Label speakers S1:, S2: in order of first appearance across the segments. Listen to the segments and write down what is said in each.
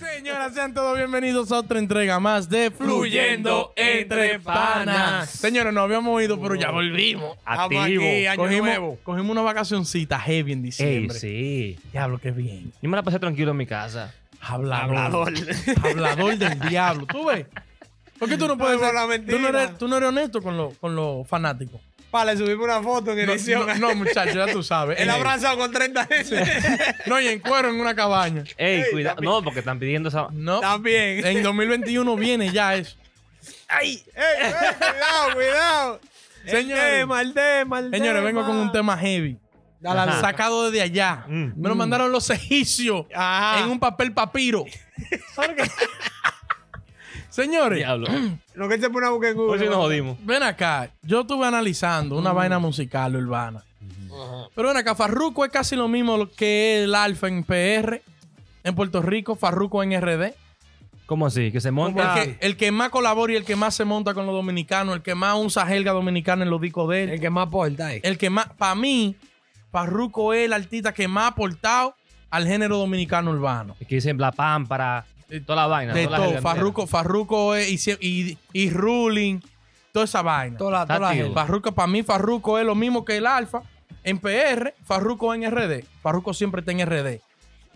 S1: buenas, sean todos bienvenidos a otra entrega más de Fluyendo Entre Panas. Señores, nos habíamos ido, pero ya volvimos. Estamos
S2: Activo.
S1: aquí, año
S2: Cogimos-
S1: nuevo. Uh, Cogimos una vacacioncita heavy en
S2: Ey,
S1: diciembre.
S2: sí.
S1: Diablo, qué bien.
S2: Yo me la pasé tranquilo en mi casa.
S1: Hablador. Hablador, del diablo. ¿Tú ves? ¿Por qué tú no puedes
S3: Vamos a
S1: ser-
S3: la mentira.
S1: Tú no eres, tú no eres honesto con los con los fanáticos.
S3: Para, le subimos una foto en
S1: No,
S3: edición.
S1: no, eh, no, muchacho, ya tú sabes.
S3: Él abrazado con 30 gente.
S1: No, y en cuero en una cabaña.
S2: Ey,
S3: Ey,
S2: cuidado.
S3: también.
S2: No, porque están pidiendo esa.
S1: No.
S3: También.
S1: En 2021 viene ya eso.
S3: ¡Ay! ¡Ey, ey, cuidado, cuidado! El
S1: Señores.
S3: tema, el tema, el
S1: Señores, vengo
S3: tema.
S1: con un tema heavy.
S3: Dale,
S2: Ajá.
S3: dale.
S1: Sacado desde allá.
S2: Mm.
S1: Me lo mandaron los egipcios
S3: Ajá.
S1: en un papel papiro. Señores,
S2: Diablo.
S3: Lo que se pone a buscar en
S2: Hoy
S3: Google.
S2: sí nos jodimos.
S1: ven acá. Yo estuve analizando una vaina musical urbana. Pero ven acá, Farruco es casi lo mismo lo que el Alfa en PR. En Puerto Rico, Farruco en RD.
S2: ¿Cómo así? Que se monta.
S1: Porque el que más colabora y el que más se monta con los dominicanos, el que más usa helga dominicana en los discos de él.
S3: que más porta es.
S1: el que más, para mí, Farruco es el artista que más ha aportado al género dominicano urbano.
S2: Que dicen la pámpara. Toda la vaina.
S1: de
S2: toda la
S1: todo,
S2: jerga
S1: Farruco, Farruco es- y, sie- y, y Ruling, toda esa vaina.
S3: Toda la,
S2: Está
S3: toda la
S2: activo.
S3: gente.
S1: Farruco, para mí, Farruco es lo mismo que el Alfa en PR, Farruco en RD. Farruco siempre está en RD.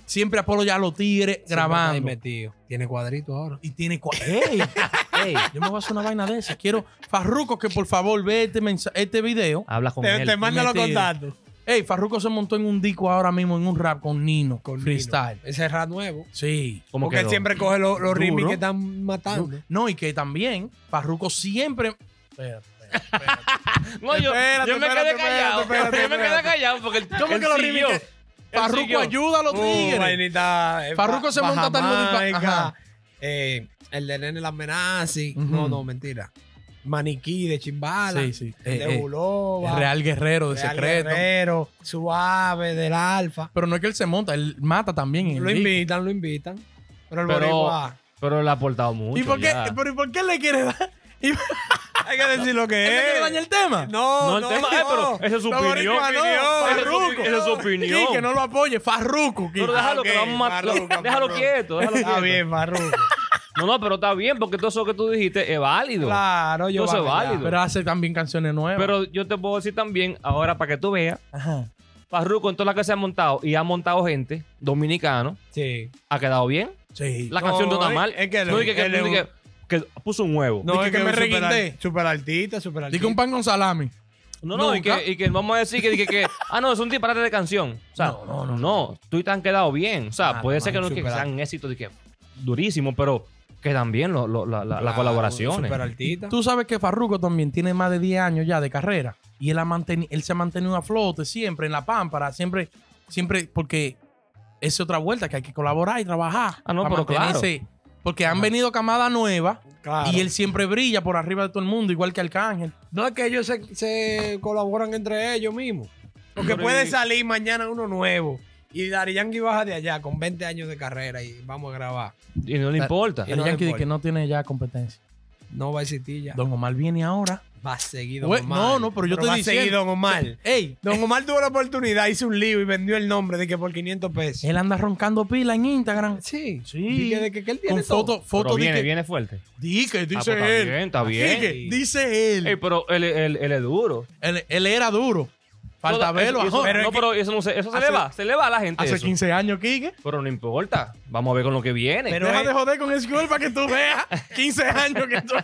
S1: Siempre Apolo ya lo tigre grabando.
S3: metido. Tiene cuadrito ahora.
S1: Y tiene. cua- ¡Ey!
S2: entera. Ey,
S1: Yo me voy a hacer una vaina de esa. Quiero, Farruco, que por favor ve este, mensa- este video.
S2: habla con
S3: Te,
S2: él.
S1: este
S3: te manda los
S1: metido.
S3: contactos.
S1: Ey, Farruco se montó en un disco ahora mismo, en un rap con Nino, con freestyle.
S3: Ese es rap nuevo.
S1: Sí.
S2: ¿Cómo
S3: porque él
S2: quedó?
S3: siempre coge los, los ritmos
S1: Duro.
S3: que están matando.
S1: No, y que también, Farruco siempre. Espérate, espérate.
S2: No, yo,
S3: Espérate,
S2: yo me
S3: espérate,
S2: quedé callado.
S3: espérate,
S2: yo me quedé
S3: espérate.
S2: callado porque.
S1: ¿Cómo que lo rimiste? Farruco ayuda a los
S3: Uh,
S1: tigres.
S3: vainita. eh,
S1: Farruko
S3: Ba-
S1: se monta hasta en los discos.
S3: Bajamaica,
S1: Ajá.
S3: eh, el de Nene Las Menazas.
S1: Ujú.
S3: No, no, mentira. Maniquí de Chimbala.
S1: Sí, sí.
S3: el
S1: Eh,
S3: de
S1: eh,
S3: Buloba.
S1: el Real Guerrero de
S3: Real
S1: secreto.
S3: Guerrero, Suave, del Alfa.
S1: Pero no es que él se monta, él mata también. en el
S3: Lo
S1: disco.
S3: invitan, lo invitan. Pero el
S2: Pero,
S3: boricua.
S2: pero le ha aportado mucho.
S1: ¿Y por, qué,
S2: ya.
S1: pero ¿y por qué le quiere dar? ¿Y por
S3: Hay que decir lo
S1: qué
S3: que
S1: le quiere
S3: es.
S1: dañar el tema?
S3: No,
S2: Eh. No, el tema. eh, pero esa es su
S1: No,
S2: opinión.
S1: boricua, no,
S2: Esa es su-
S1: Farruko.
S2: Esa es su opinión.
S1: Y que no lo apoye, Farruco.
S2: Pero déjalo, que
S3: ok,
S2: lo vamos a matar.
S3: Farruko,
S2: Déjalo
S3: Farruko.
S2: quieto, déjalo
S3: Está
S2: quieto.
S3: bien, Farruko.
S2: No, no, pero está bien, porque todo eso que tú dijiste es válido.
S3: Claro, yo
S2: Entonces,
S3: voy a callar.
S2: válido.
S1: Pero hace también canciones nuevas.
S2: Pero yo te puedo decir también, ahora para que tú veas,
S1: Ajá.
S2: Farruko en toda la que se ha montado y ha montado gente dominicano,
S3: Sí.
S2: ha quedado bien.
S1: Sí.
S2: La
S3: No,
S2: canción no está
S3: es-
S2: mal.
S3: es que él
S2: no
S3: es
S2: dije
S3: un-
S2: que,
S3: él es
S2: no dije que- que puso un huevo.
S3: No,
S1: Dije
S3: es
S1: que
S3: que
S1: me
S3: me
S1: reguindé.
S3: reguindé. Super artista, super
S1: Dije
S3: artista.
S1: un pan con salami.
S2: No, no, y
S1: Nunca.
S2: que, y que vamos a decir que, dije que, ah, no, es un disparate de canción. O sea,
S1: No, no, no,
S2: tú te han quedado bien. O sea,
S1: Ah,
S2: puede
S1: no,
S2: ser que
S1: no,
S2: no que
S3: superar.
S2: sean éxitos de que durísimos, pero quedan bien lo- lo- la- la- las colaboraciones.
S3: Super artista.
S1: Tú sabes que Farruco también tiene más de 10 años ya de carrera y él, ha manteni- él se ha mantenido a flote siempre en la pámpara, siempre, siempre, porque es otra vuelta que hay que colaborar y trabajar.
S2: Ah, no,
S1: para
S2: pero claro.
S1: mantenerse. Porque han venido camadas nuevas
S3: Claro.
S1: y él siempre brilla por arriba de todo el mundo, igual que Arcángel.
S3: No es que ellos se, se colaboran entre ellos mismos. Porque
S2: Pero
S3: puede
S2: y-
S3: salir mañana uno nuevo. Y Dari Yankee baja de allá con 20 años de carrera y vamos a grabar.
S2: Y no le importa.
S3: Y
S1: El
S3: no
S1: Yankee
S3: le
S1: de que no tiene ya competencia.
S3: No va a existir ya.
S1: Don Omar viene ahora.
S3: Va seguido
S1: Güey,
S3: Don Omar.
S1: Pues, no, no, pero yo te
S3: va
S1: diciendo-
S3: seguido Don Omar.
S1: ¡Ey!
S3: Don Omar tuvo la oportunidad, hizo un lío y vendió el nombre de que por 500 pesos.
S1: Él anda roncando pila en Instagram.
S3: Sí.
S1: Sí.
S3: Y que, de que, que él tiene
S1: Con
S3: todo.
S1: fotos,
S2: Pero
S1: fotos
S2: viene,
S1: di que-
S2: viene fuerte.
S1: di que
S2: Ah, pues,
S1: dice
S2: está
S1: él.
S2: bien, está
S1: Di
S2: bien.
S1: que dice él.
S2: Ey, pero él, él- él es duro.
S1: él. Él era duro. Falta
S2: Todo-
S1: verlo,
S2: eso- eso-
S1: ajá.
S2: No, pero eso no se, eso se le va. Se le va a la gente.
S1: Hace
S2: eso.
S1: 15 años, Kike.
S2: Pero no importa. Vamos a ver con lo que viene.
S3: Pero
S1: Deja
S3: es-
S1: de joder con el para que tú veas 15 años que tú...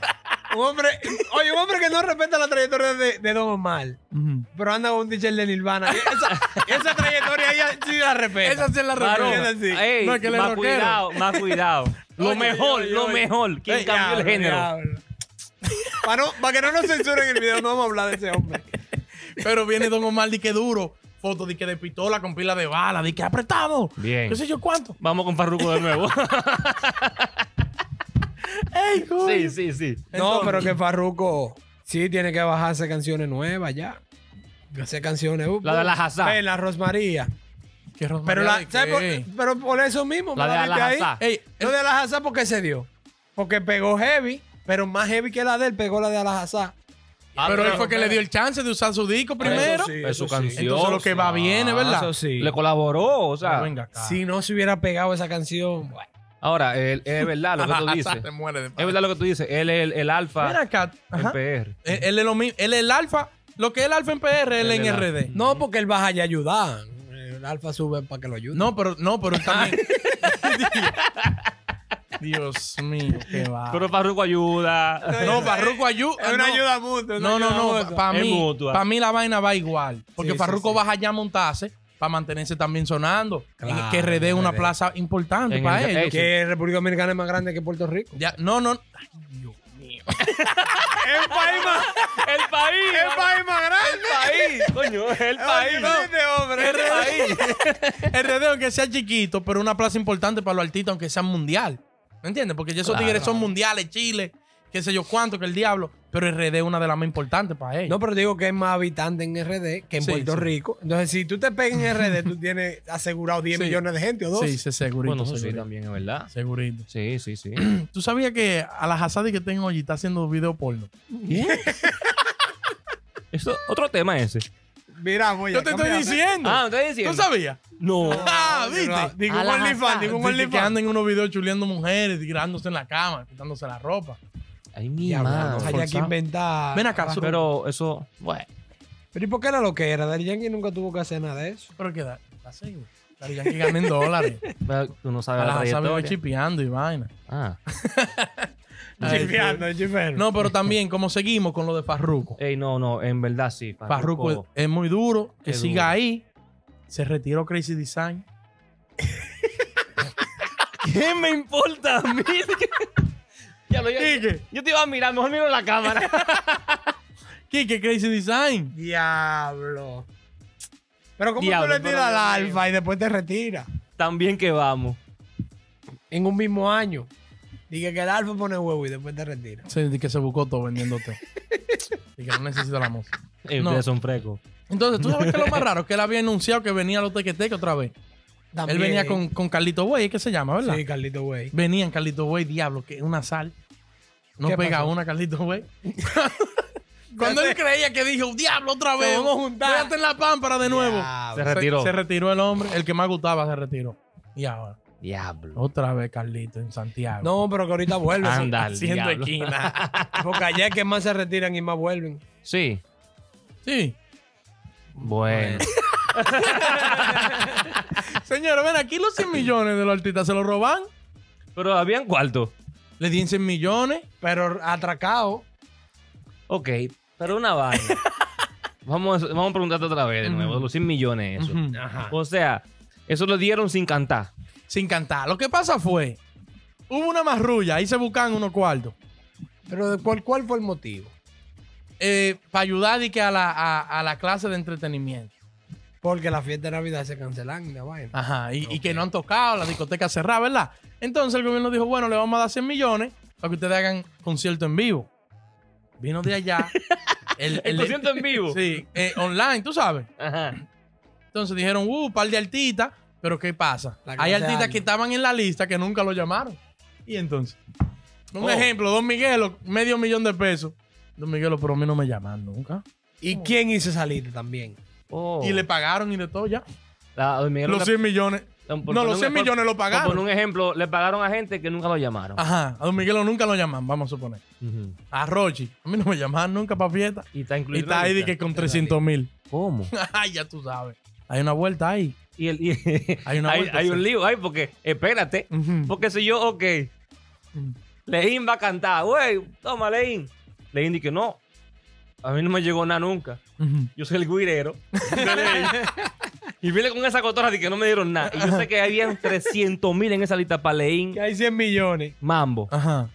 S3: Un hombre, oye, un hombre que no respeta la trayectoria de, de Don Omar. Pero anda con un teacher de Nirvana. Y Esa, esa trayectoria ella sí la respeta.
S1: Esa sí es la
S2: Varón,
S1: respuesta.
S3: así.
S2: ey,
S1: No, es que él es
S2: más
S1: rockero.
S2: cuidado, más cuidado. Lo
S3: Oye,
S2: mejor,
S3: oye,
S2: lo
S3: oye.
S2: mejor. ¿Quién
S3: Ey,
S2: cambió el
S3: diablo,
S2: género?
S3: diablo. Para, no- para que no nos censuren el video, no vamos a hablar de ese hombre.
S1: Pero viene Don Omar, di que duro. Foto de que de pistola con pila de bala. Di que apretamos.
S2: Bien.
S1: ¿Qué sé yo cuánto?
S2: Vamos con Farruko de nuevo.
S1: ¡Ey, coño!
S2: sí, sí, sí.
S3: No, pero que Farruko sí tiene que bajarse canciones nuevas ya. Hacer canciones. uh,
S2: La de la Hazá.
S3: eh, la Rosmaría.
S1: Qué Rosmaría
S3: Pero, la,
S1: de
S3: ¿sabes
S1: qué?
S3: por, pero por eso mismo.
S2: La
S3: me
S2: de
S3: viste
S2: la
S3: ahí.
S2: Hazá.
S1: Ey,
S3: Lo de la Hazá, ¿por qué se dio? Porque pegó heavy, pero más heavy que la de él, pegó la de la Hazá.
S2: Ah,
S1: pero él fue que le dio el chance de usar su disco primero.
S3: sí,
S2: Es Pues su
S3: eso sí.
S2: canción. ah,
S1: Entonces lo que va viene, ¿verdad?
S3: Eso sí.
S2: Le colaboró, o sea.
S1: Pero venga acá.
S3: Si no se hubiera pegado esa canción, bueno,
S2: Ahora, el- es verdad lo que tú dices.
S1: Se muere de
S2: Es verdad lo que tú dices. Él es el, el alfa
S1: Mira acá.
S2: en
S1: Ajá.
S2: PR.
S1: Él, Eh, él es lo mismo. Él es el alfa. Lo que es el alfa en PR, él
S2: Él
S1: en
S2: es el
S1: RD.
S2: alfa.
S3: No, porque él baja ya a ayudar. El alfa sube para que lo ayude.
S1: No, pero, no, pero él también. Dios mío, qué va.
S2: Pero Farruko ayuda.
S1: no, Farruko ayuda.
S3: es una ayuda mutua.
S1: No, no, no. Para
S2: Es
S1: mí,
S2: mutua.
S1: pa' mí la vaina va igual. Porque
S3: Sí,
S1: Farruko
S3: sí, sí.
S1: baja ya a montarse para mantenerse también sonando.
S3: Claro,
S1: En- que RD es una
S3: RD.
S1: plaza importante
S2: En
S1: para
S2: el-
S1: ellos.
S2: ey,
S3: Que República Dominicana es más grande que Puerto Rico.
S1: Ya, no, no. Ay, Dios mío.
S3: ¡El país más,
S2: ¡El país!
S3: el país más grande!
S2: país! Coño, el
S3: Oye, no, este hombre.
S1: RD, aunque sea chiquito, pero una plaza importante para los artistas, aunque sea mundial. ¿Me entiendes? Porque ya esos
S2: Claro.
S1: tigres son mundiales, Chile, qué sé yo cuánto, que el diablo. Pero RD es una de las más importantes para ellos.
S3: No, pero te digo que es más habitante en RD que en
S1: Sí,
S3: Puerto
S1: sí.
S3: Rico. Entonces, si tú te pegas en RD, tú tienes asegurado 10
S1: Sí.
S3: millones de gente o dos.
S1: sí, sí, segurito.
S2: Bueno, eso sí,
S1: segurito.
S2: también es verdad.
S1: Segurito.
S2: Sí, sí, sí.
S1: ¿Tú sabías que a las Hazadi que tengo hoy está haciendo video porno?
S2: Eso, otro tema ese.
S3: Mira, voy
S1: Yo te estoy diciendo.
S2: Ah, ¿estás
S1: ¿Tú
S2: diciendo?
S1: sabías?
S2: No.
S1: Ah, ¿viste?
S3: Digo,
S2: A
S3: un
S2: la
S3: OnlyFans,
S2: jazada.
S3: digo, un
S1: Dice que
S3: OnlyFans.
S1: andan en unos videos chuleando mujeres, tirándose en la cama, quitándose la ropa.
S2: Ay, mi
S3: Diablo,
S2: madre.
S3: o sea, ya que inventar.
S1: Ven acá, su-
S2: Ah, Pero eso, bueno.
S3: Pero ¿y por qué era lo que era? Daddy Yankee nunca tuvo que hacer nada de eso.
S1: Pero qué da, está seguro. Daddy Yankee gana en dólares.
S2: pero Tú no
S1: A
S2: sabes la
S1: las Hazadi va
S2: trayectoria.
S1: chipeando y vaina.
S2: Ah.
S1: Ay,
S3: Chipeando, chipero.
S1: No, pero también, como seguimos con lo de Farruko.
S2: Ey, no, no, en verdad sí.
S1: Farruko es, es muy duro, que
S2: Es
S1: siga
S2: duro.
S1: ahí. Se retiró Crazy Design.
S2: ¿Qué me importa a mí? ya lo, yo,
S1: Quique,
S2: yo te iba a mirar, mejor miro la cámara.
S1: Quique Crazy Design.
S3: Diablo. Pero ¿cómo
S2: Diablo,
S3: tú le tiras
S2: pero
S3: al
S2: Dios mío.
S3: alfa y después te retiras?
S2: También que vamos.
S3: En un mismo año. Dije que el alfa pone huevo y después te retira.
S1: Se, di que se buscó todo vendiéndote. y que no necesita la música.
S2: Ey,
S1: No.
S2: Ustedes son frecos.
S1: Entonces, ¿tú sabes qué es lo más raro? Que él había anunciado que venía a los tequeteques otra vez.
S3: También.
S1: Él venía con, con Carlito Way, es que se llama, ¿verdad?
S3: Sí, Carlito, güey.
S1: Venían Carlito Way, diablo, que es una sal. No
S3: ¿Qué
S1: pega
S3: pasó?
S1: una, Carlito Way. Cuando él creía que dijo, diablo, otra vez.
S3: vamos a juntar.
S1: Quédate en la pámpara de nuevo.
S2: Se
S3: Diablo.
S2: retiró.
S1: Se, se retiró el hombre. El que más gustaba se retiró. Y ahora,
S2: Diablo.
S1: otra vez Carlito en Santiago.
S3: No, pero que ahorita vuelve.
S2: Anda al
S1: haciendo
S2: diablo.
S1: esquina.
S3: Porque allá es que más se retiran y más vuelven.
S2: Sí.
S1: Sí.
S2: Bueno.
S1: Señores, ven, aquí los 100 millones de los artistas se los roban.
S2: Pero habían cuarto.
S1: Le dieron 100 millones.
S3: Pero atracado.
S2: Ok, pero una vaina. vamos, vamos a preguntarte otra vez de nuevo.
S1: Ujú.
S2: Los 100 millones eso.
S1: Ujú.
S3: Ajá.
S2: O sea, eso lo dieron sin cantar.
S1: Sin cantar. Lo que pasa fue, hubo una marrulla, ahí se buscaban unos cuartos.
S3: Pero ¿de cuál, ¿cuál fue el motivo?
S1: para eh, ayudar y que a la, a- a la clase de entretenimiento.
S3: Porque la fiesta de Navidad se cancelan y la vaina.
S1: Ajá. Y, y que no han tocado, la discoteca cerrada, ¿verdad? Entonces el gobierno dijo, bueno, le vamos a dar 100 millones para que ustedes hagan concierto en vivo. Vino de allá. el,
S2: El
S1: el-
S2: concierto en vivo.
S1: Sí, eh, online, tú sabes.
S2: Ajá.
S1: Entonces dijeron, uh, un par de artistas, pero ¿qué pasa?
S3: La
S1: Hay
S3: clase
S1: artistas
S3: alta.
S1: que estaban en la lista que nunca lo llamaron. Y entonces, un
S2: Oh.
S1: ejemplo, Don Miguelo, medio millón de pesos. Don Miguelo, pero a mí no me llaman nunca.
S2: Ah.
S3: ¿Y quién hizo salida también?
S2: Oh.
S1: Y le pagaron y de todo ya.
S2: La- don Miguel
S1: Los
S2: le-
S1: 100 millones.
S2: don- por
S1: No,
S2: poner
S1: los
S2: un-
S1: 100
S2: por-
S1: millones lo
S2: por poner
S1: pagaron. Ah.
S2: un ejemplo, le pagaron a gente que nunca lo llamaron.
S1: Ajá, a Don Miguelo nunca lo llaman, vamos a suponer.
S2: Ujú.
S1: A Rochi, a mí no me llamaban nunca para fiesta.
S2: Y está
S1: Y
S2: incluido. en la
S1: está ahí de
S2: lista.
S1: que con 300 mil.
S2: ¿Cómo?
S1: Ay, ya tú sabes. Hay una vuelta ahí.
S2: Y el- y-
S1: Hay
S2: hay,
S1: una vuelta,
S2: hay
S1: sí.
S2: un lío ahí porque, espérate,
S1: Ujú.
S2: porque si yo, ok, Leín va a cantar, güey, toma Leín. Leín dice que no, a mí no me llegó nada nunca,
S1: Ujú.
S2: yo soy el guirero. de Leín. y viene con esa cotorra de que no me dieron nada. Y yo sé que habían 300 mil en esa lista para Leín,
S3: Que hay 100 millones. Ah.
S2: mambo.
S1: Ajá.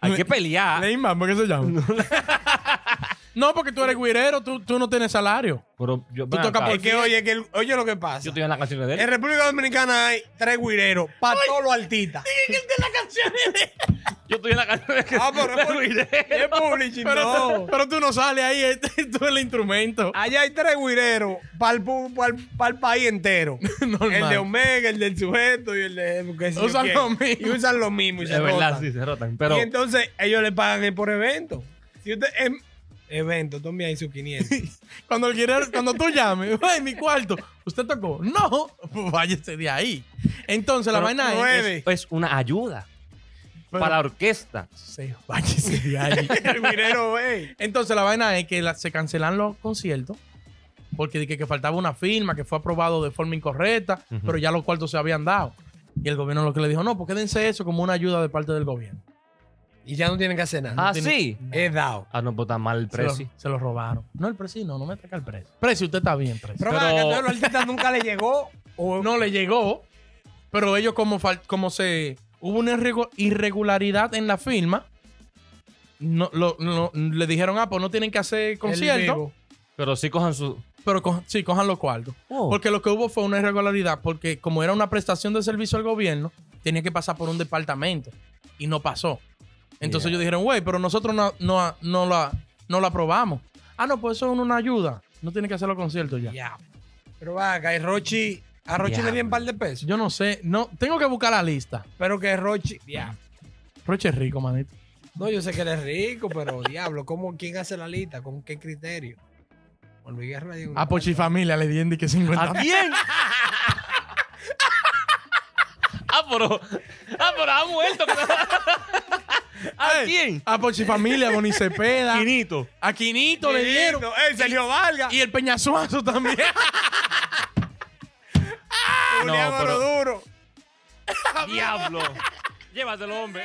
S2: Hay que pelear.
S1: Leín Mambo, ¿qué se llama? no, porque tú eres guirero, tú, tú no tienes salario.
S2: Pero yo,
S1: Tú
S2: ven
S1: tocas
S2: acá,
S1: por-
S3: Es que oye, que el- oye lo que pasa.
S2: yo estoy en la canción de él.
S3: En República Dominicana hay tres güireros para todos los artistas.
S2: Yo estoy en la canción de
S3: Ah, pero es
S2: del
S3: por-
S2: guirero.
S3: es publishing,
S1: Pero,
S3: no.
S1: pero tú no sales ahí, eh, tú eres el instrumento.
S3: Allá hay tres güireros para el, país entero.
S1: Normal.
S3: El de Omega, el del sujeto y el de... qué sé yo
S1: Usan
S3: quién.
S1: lo mismo.
S3: Y usan lo mismo y se
S2: Es verdad,
S3: rotan.
S2: sí, se rotan. Pero
S3: Y entonces ellos le pagan el por evento. Si usted, em, evento, tome ahí sus 500.
S1: Cuando, el quiera- cuando tú llames, "Güey, mi cuarto, ¿usted tocó? No, pues váyase de ahí. Entonces la
S2: Pero
S1: vaina
S3: no
S1: es.
S3: es-
S2: Es, es una ayuda
S1: Pero-
S2: para la orquesta.
S1: Sí, váyase de ahí.
S3: El minero, güey.
S1: Entonces la vaina es que la- se cancelan los conciertos porque de que, que faltaba una firma que fue aprobado de forma incorrecta,
S2: Ujú.
S1: pero ya los cuartos se habían dado. Y el gobierno lo que le dijo, no, pues quédense eso como una ayuda de parte del gobierno.
S3: Y ya no tienen que hacer nada.
S2: Ah,
S1: tiene-
S2: sí.
S3: He dado.
S2: Ah, no, pues está mal el
S1: Se lo,
S2: precio.
S1: se lo robaron. No, el precio no, no me ataca el precio. Precio, usted está bien, precio.
S3: Pero,
S2: Pero-
S3: para que a los artistas nunca le llegó. O
S1: no le llegó, pero ellos como, fal- como se... Hubo una irregu- irregularidad en la firma. No, lo- no- le dijeron, ah, pues no tienen que hacer concierto,
S3: concierto.
S2: Pero sí cojan su.
S1: pero cojan- sí, cojan los cuartos.
S2: Oh.
S1: Porque lo que hubo fue una irregularidad, porque como era una prestación de servicio al gobierno, tenía que pasar por un departamento y no pasó. Entonces
S2: Yeah.
S1: ellos dijeron, güey, pero nosotros no, no, no la, no la aprobamos. Ah, no, pues eso es una ayuda. No tiene que hacer los conciertos ya.
S3: Ya. Pero va acá, y Rochi. A Rochi
S2: Ya.
S3: le dieron un par de pesos.
S1: Yo no sé, no, tengo que buscar la lista.
S3: Pero que Rochi. Ya.
S1: Roche es rico, manito.
S3: No, yo sé que él es rico, pero diablo, ¿cómo, ¿quién hace la lista? ¿Con qué criterio? Juan Luis Guerra dio un-
S1: A Pochifamilia le di que 50.
S2: ¿A quién? ah, pero. Ah, pero ha muerto. ¿A quién?
S1: A Pochifamilia, a Boni Cepeda.
S2: Quinito.
S1: A Quinito le dieron.
S3: ¡Ey, Sergio Valga!
S1: Y el Peñasuazo también.
S2: No,
S3: Julián
S2: pero-
S3: Oroduro.
S2: Diablo. Llévatelo, hombre.